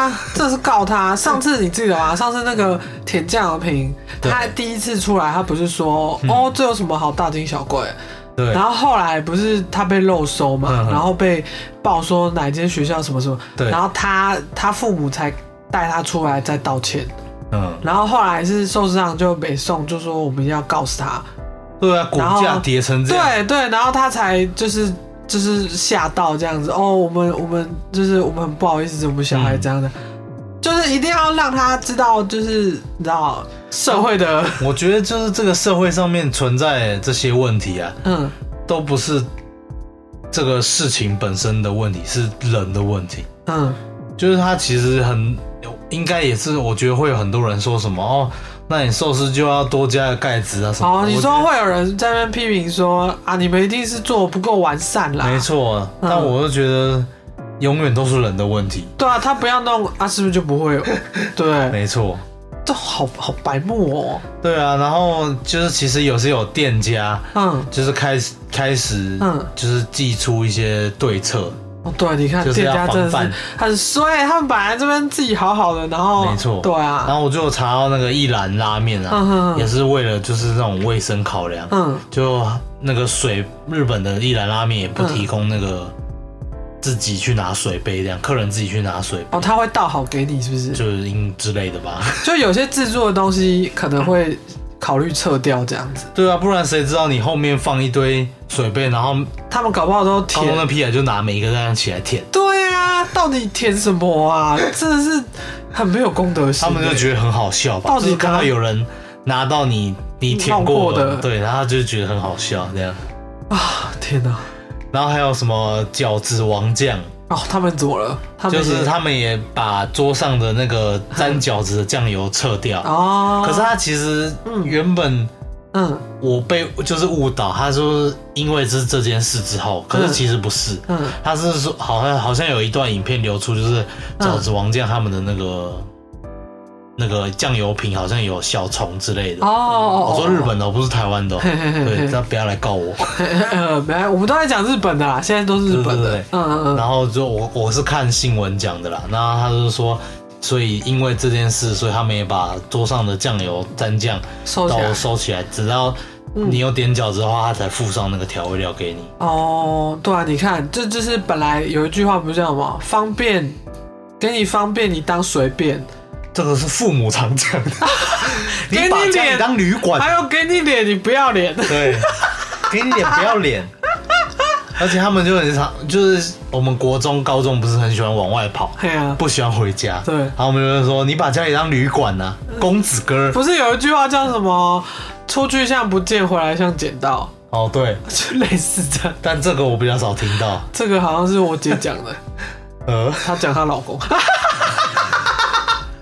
啊，这是告他。上次你记得吗？上次那个田酱油瓶，
对嗯
他第一次出来，他不是说哦，这有什么好大惊小怪？
对
然后后来不是他被漏收嘛
嗯，嗯
然后被报说哪间学校什么什么，
对
然后他他父母才带他出来再道歉，
嗯，
然后后来是寿司长就没送，就说我们要告诉他，
对啊，股
然后
价跌成这样，
对对，然后他才就是就是吓到这样子哦，我们我们就是我们很不好意思，我们小孩这样的，就是一定要让他知道，就是你知道社会的，
我觉得就是这个社会上面存在这些问题啊，
嗯，
都不是这个事情本身的问题，是人的问题。
嗯，
就是他其实很应该也是，我觉得会有很多人说什么哦，那你寿司就要多加个盖子啊什么
好，
的。
你
我
说
觉
会有人在那边批评说啊，你们一定是做得不够完善
得
啦，
没，错，但
嗯
我就觉得永远都是人的问题。
对啊，他不要弄啊，是不是就不 会有？对，
没错，
这好好白目哦，
对啊，然后就是其实有时有店家
嗯，
就是开始开始，
嗯
就是寄出一些对策，
哦，对，你看
就是
店
要
家真的
防
是很衰，他们本来这边自己好好的，然后
没错
对啊，
然后我就有查到那个一兰拉面啊，
嗯哼哼
也是为了就是那种卫生考量，
嗯
就那个水，日本的一兰拉面也不提供那
嗯
个自己去拿水杯这样，客人自己去拿水杯，
哦，他会倒好给你，是不是？
就是因之类的 吧。
就有些自助的东西可能会考虑撤掉这样子，
对啊，不然谁知道你后面放一堆水杯，然后
他们搞不好都
掏哦那
舔。
屁眼就拿每一个这样起来舔，
对啊，到底舔什么啊？ 真的是很没有公德心
他
欸。
们就觉得很好笑吧？
到底
就是看
拿
到有人拿到你你舔
弄过
过
的
的，对，然后就觉得很好笑这样。
啊，天哪！
然后还有什么饺子王酱，
哦，他们怎么了？他们
就是
也
他们也把桌上的那个沾饺子的酱油撤掉。
哦，
可是他其实原本
嗯
我被就是误导，他说因为是这件事之后，可
嗯
是其实不是，
嗯
他是说好像好像有一段影片流出，就是
嗯
饺子王酱他们的那个那个酱油瓶好像有小虫之类的。
哦哦，
我说
哦
日本的，不是台湾的哦，
嘿嘿嘿嘿
对，他不要来告我。
呃，没，我们都在讲日本的啦，现在都是日
对
本的
对对，
嗯嗯嗯，
然后就我我是看新闻讲的啦，然后他就说，所以因为这件事，所以他们也把桌上的酱油蘸酱
收起来嗯
都。收起来，只要你有点饺子的话，他才附上那个调味料给你。
哦，对啊，你看，这就是本来有一句话不是叫吗？方便，给你方便，你当随便，
这个是父母常讲的，
给你
你把家
脸
里当旅馆，
还有给你脸，你不要脸。
对，给你脸不要脸。 而且他们就很常，就是我们国中、高中不是很喜欢往外跑，
嘿啊，
不喜欢回家。
对
然后我们就会说，你把家里当旅馆呐、啊，公子哥儿。
不是有一句话叫什么“出去像不见，回来像捡到
哦，对，”，
就类似这样。
但这个我比较少听到。
这个好像是我姐讲的，
呃，
她讲她老公 啊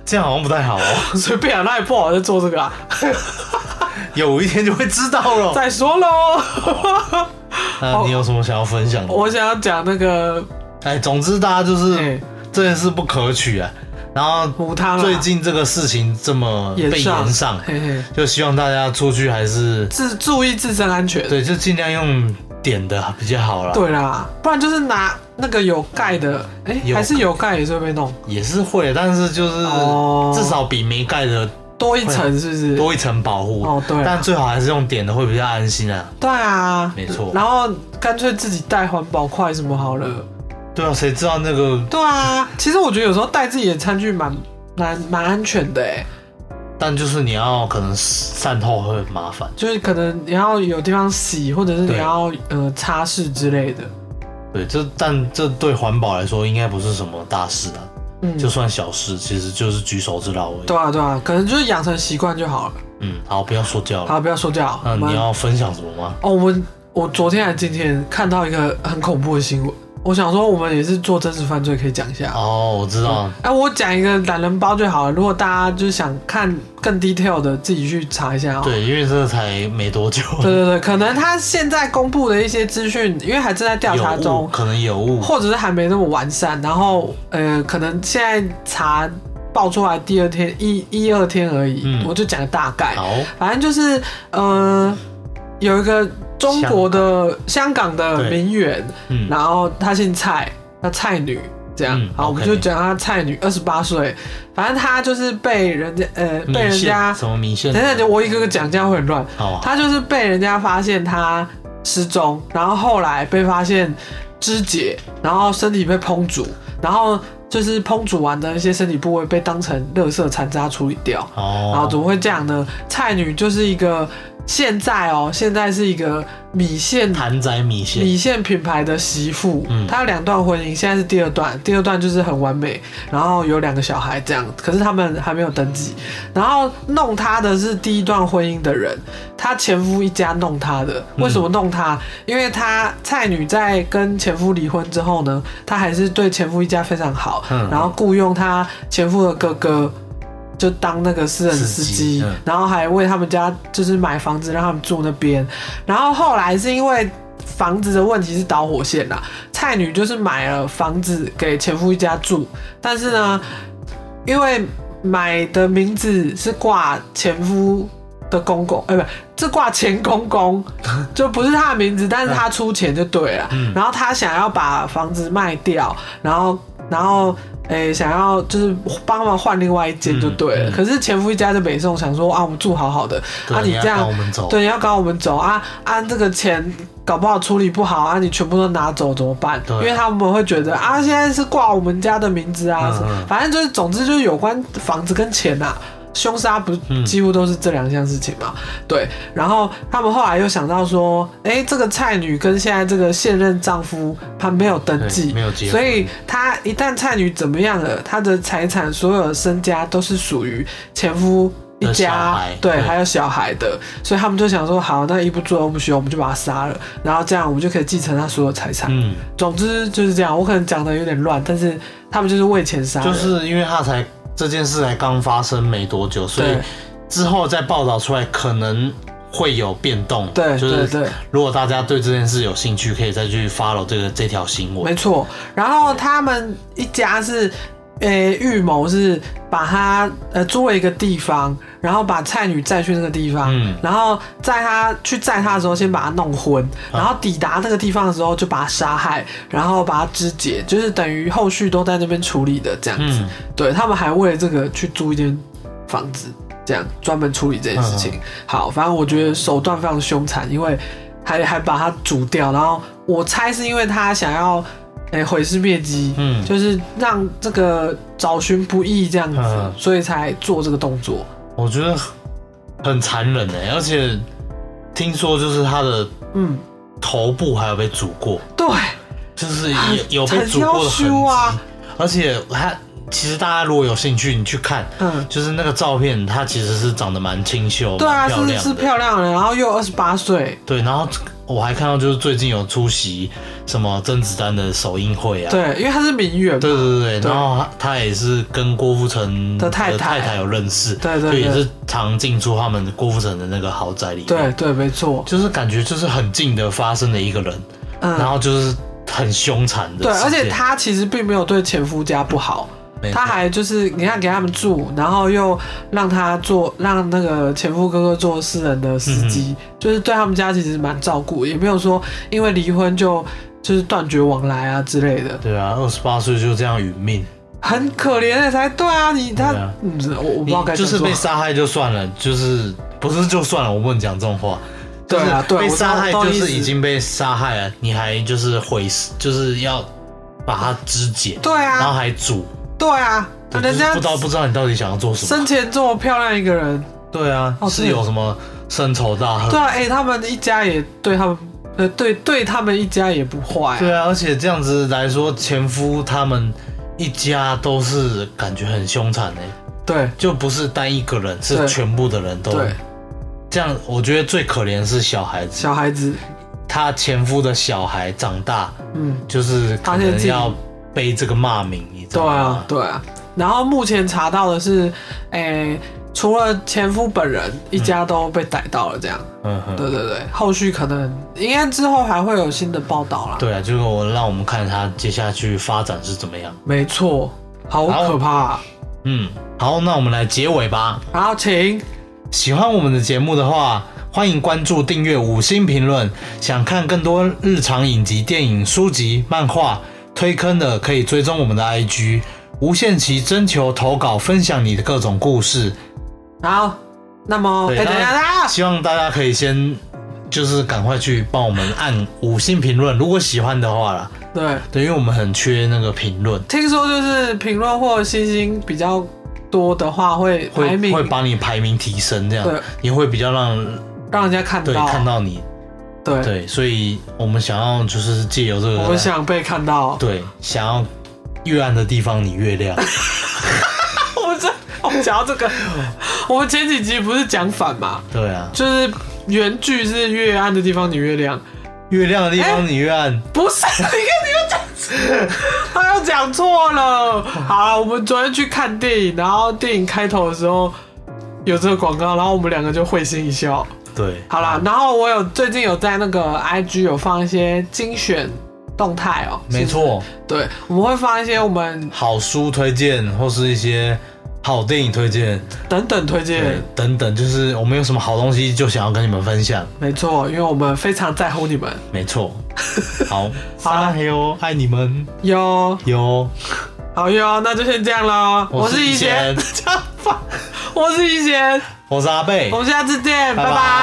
这样好像不太好哦。
随便啊，那也不好在做这个啊。
有一天就会知道了。
再说喽，哦
那你有什么想要分享的？
我想要讲那个
哎，总之大家就是
哦哎
这件事不可取啊。然后
母汤啦
最近这个事情这么
延哎
被延上，
嘿嘿，
就希望大家出去还是
自注意自身安全。
对，啊就尽量用点的比较好啦。，
对啦，不然就是拿那个有盖的，哎、
有
还是有盖也是会被弄，
也是会，但是就是
哦
至少比没盖的
多一层是不是？
多一层保护。
哦对啊
但最好还是用点的会比较安心啊。
对啊，
没错
然后干脆自己带环保筷什么好了。
对啊，谁知道那个？
对啊，其实我觉得有时候带自己的餐具蛮蛮蛮安全的哎，
但就是你要可能善后会很麻烦。
就是可能你要有地方洗，或者是你
对
要呃擦拭之类的。
对，这但这对环保来说应该不是什么大事啊，
嗯，
就算小事，其实就是举手之劳而已。
对啊对啊，可能就是养成习惯就好了。
嗯，好，不要说教了。
好，不要说教。
那
我们
啊你要分享什么吗？
哦，我们我昨天还今天看到一个很恐怖的新闻，我想说我们也是做真实犯罪，可以讲一下。
哦，我知道，
哎、我讲一个懒人包就好了。如果大家就是想看更 detail 的，自己去查一下哦。
对，因为这才没多久，
对对对可能他现在公布的一些资讯，因为还正在调查
有误，
中，
可能有误。
或者是还没那么完善。然后呃，可能现在查爆出来第二天一一二天而已，
嗯
我就讲个大概。
好，
反正就是呃，有一个中国的香港的
对
名媛，
嗯，
然后她姓蔡，叫蔡女，这样。
嗯
好，我们
OK
就讲她蔡女，二十八岁，反正她就是被人家呃被
米
人
线
家，嗯
什么米线？
等等，我一个个讲，这样会很乱。
好啊，
她就是被人家发现她失踪，然后后来被发现肢解，然后身体被烹煮，然后就是烹煮完的一些身体部位被当成垃圾残渣处理掉。然后
哦
怎，么会这样呢？蔡女就是一个现在哦，现在是一个米线
谭仔米线
米线品牌的媳妇，
嗯
她有两段婚姻，现在是第二段，第二段就是很完美，然后有两个小孩这样，可是他们还没有登记。然后弄她的是第一段婚姻的人，她前夫一家弄她的，
嗯
为什么弄她？因为她蔡女在跟前夫离婚之后呢，她还是对前夫一家非常好，
嗯
然后雇佣她前夫的哥哥。就当那个私人司
司机
机，
嗯
然后还为他们家就是买房子让他们住那边，然后后来是因为房子的问题是导火线啦，蔡女就是买了房子给前夫一家住，但是呢，因为买的名字是挂前夫的公公，哎、不，是挂前 公公，就不是他的名字，但是他出钱就对了。
嗯
然后他想要把房子卖掉，然后，然后。哎、想要就是帮忙换另外一间就对
嗯
了，
嗯
可是前夫一家就北宋想说啊，我们住好好的，
对
啊，你
你
这
要赶
样
我们走
对，你要赶我们走啊！按、这个钱搞不好处理不好啊，你全部都拿走怎么办？
对
因为他们会觉得啊，现在是挂我们家的名字啊，
嗯嗯
反正就是总之就是有关房子跟钱啊。凶杀不
嗯
几乎都是这两项事情嘛，对。然后他们后来又想到说，哎、这个蔡女跟现在这个现任丈夫他没有登记，
对没有结婚
所以她一旦蔡女怎么样了，她的财产所有的身家都是属于前夫一
的小
家
孩，
对，
对
还有小孩的，所以他们就想说，好，那一不做二不休，我们就把他杀了，然后这样我们就可以继承他所有财产。
嗯，
总之就是这样，我可能讲的有点乱，但是他们就是为钱杀人，
就是因为他才这件事才刚发生没多久，所以
对
之后再报道出来可能会有变动。
对
就是
对对，
如果大家对这件事有兴趣，可以再去 follow 这个这条新闻
没。错。然后他们一家是。诶，预谋是把他呃租了一个地方，然后把蔡女载去那个地方，
嗯
然后在他呃去载他的时候，先把他弄昏，
啊
然后抵达那个地方的时候就把他杀害，然后把他肢解，就是等于后续都在那边处理的这样子。
嗯
对他们还为了这个去租一间房子，这样专门处理这件事情。好，反正我觉得手段非常凶残，因为还还把他煮掉，然后我猜是因为他想要。哎、毁尸灭迹，
嗯
就是让这个找寻不易这样子，
嗯
所以才做这个动作。
我觉得很残忍哎、而且听说就是他的
嗯，
头部还有被煮过，
对，
就是
啊
有有被
很
煮过的
要
痕
羞
迹，哦
啊
而且他其实大家如果有兴趣，你去看，
嗯，
就是那个照片，它其实是长得蛮清秀，
对
蛮
啊，
漂
是
亮
是
的，
漂亮的，然后又二十八岁，
对。然后我还看到就是最近有出席什么甄子丹的首映会啊，
对，因为他是名媛嘛，
对对对
对
对，然后他他也是跟郭富城
的太太
太有认识，
对对
所以
对
也是常进出他们郭富城的那个豪宅里面，
对对，没错，
就是感觉就是很近的发生了一个人，然
嗯，
后就是很凶残的
对，而
事件，
且他其实并没有对前夫家不好，
没
他
错
还就是你看给他们住，然后又让他做让那个前夫哥哥做私人的司
嗯
机，就是对他们家其实蛮照顾，也没有说因为离婚就就是断绝往来啊之类的，
对啊，二十八岁就这样殒命，
很可怜的才对啊，你他
对啊
嗯，我我不知
你
道该
就
怎么
是
说
被。杀害就算了，就是不是就算了，我不能讲这种话。
对
就
啊
是
对啊
被杀害
我知道
就
我懂
是
意思
已经被杀害了，你还就是毁尸，就是要把它肢解，
对
然后
啊，
还煮，
对啊，
对
人
就是
家
不知道不知道你到底想要做什
生
么。
前这么漂亮一个人，
对啊，
哦
是
对
有什么深仇大恨？
对啊，哎、他们一家也对他们，呃，对对他们一家也不坏、啊。
对啊，而且这样子来说，前夫他们一家都是感觉很凶残的、
对
就不是单一个人，是
对
全部的人都
对，
这样。我觉得最可怜的是小孩子，
小孩子，
他前夫的小孩长大，
嗯，
就是可
发现自
能
己
要背这个骂名，你知
对
道
啊
吗，？
对啊。然后目前查到的是，哎、除了前夫本人，一家都被逮到了，这样。
嗯哼，
对对对，后续可能应该之后还会有新的报道啦。，
对啊，就是我让我们看他接下去发展是怎么样。
没错，好
好
可怕、啊。
嗯，好，那我们来结尾吧。
然后请，
喜欢我们的节目的话，欢迎关注、订阅、五星评论。想看更多日常影集、电影、书籍、漫画推坑的，可以追踪我们的 IG。无限期征求投稿，分享你的各种故事。
然后，那么，哎、
对
等一
那
下，等一下
希望大家可以先，就是赶快去帮我们按五星评论，如果喜欢的话啦。
对，
对，因为我们很缺那个评论，
听说就是评论或星星比较多的话，会排
会
名
会把你排名提升，这样
对
你会比较让
让人家看
对
到，
看到你，
对
对，所以我们想要就是借由这个，
我想被看到，
对想要越暗的地方你越亮，
我这我讲到这个，我们前几集不是讲反嘛，
对啊，
就是原句是越暗的地方你越亮，
越亮的地方你越暗，
不是， 你看你又讲错，他又讲错了。好了，我们昨天去看电影，然后电影开头的时候有这个广告，然后我们两个就会心一笑。
对，
好啦，然后我有最近有在那个 IG 有放一些精选动态哦、
没
是
错，
不是，对，我们会放一些我们
好书推荐或是一些好电影推荐，
等等推
对
荐，，
等等，就是我们有什么好东西就想要跟你们分享，
没错，因为我们非常在乎你们
没错，好，
好啦
撒哟，爱你们
哟。
哟，
好哟，那就先这样喽。
我
我
是
是
一
一贤，
贤
这样吧我是一贤，
我是阿贝
我，们下次见，
拜
拜
拜
拜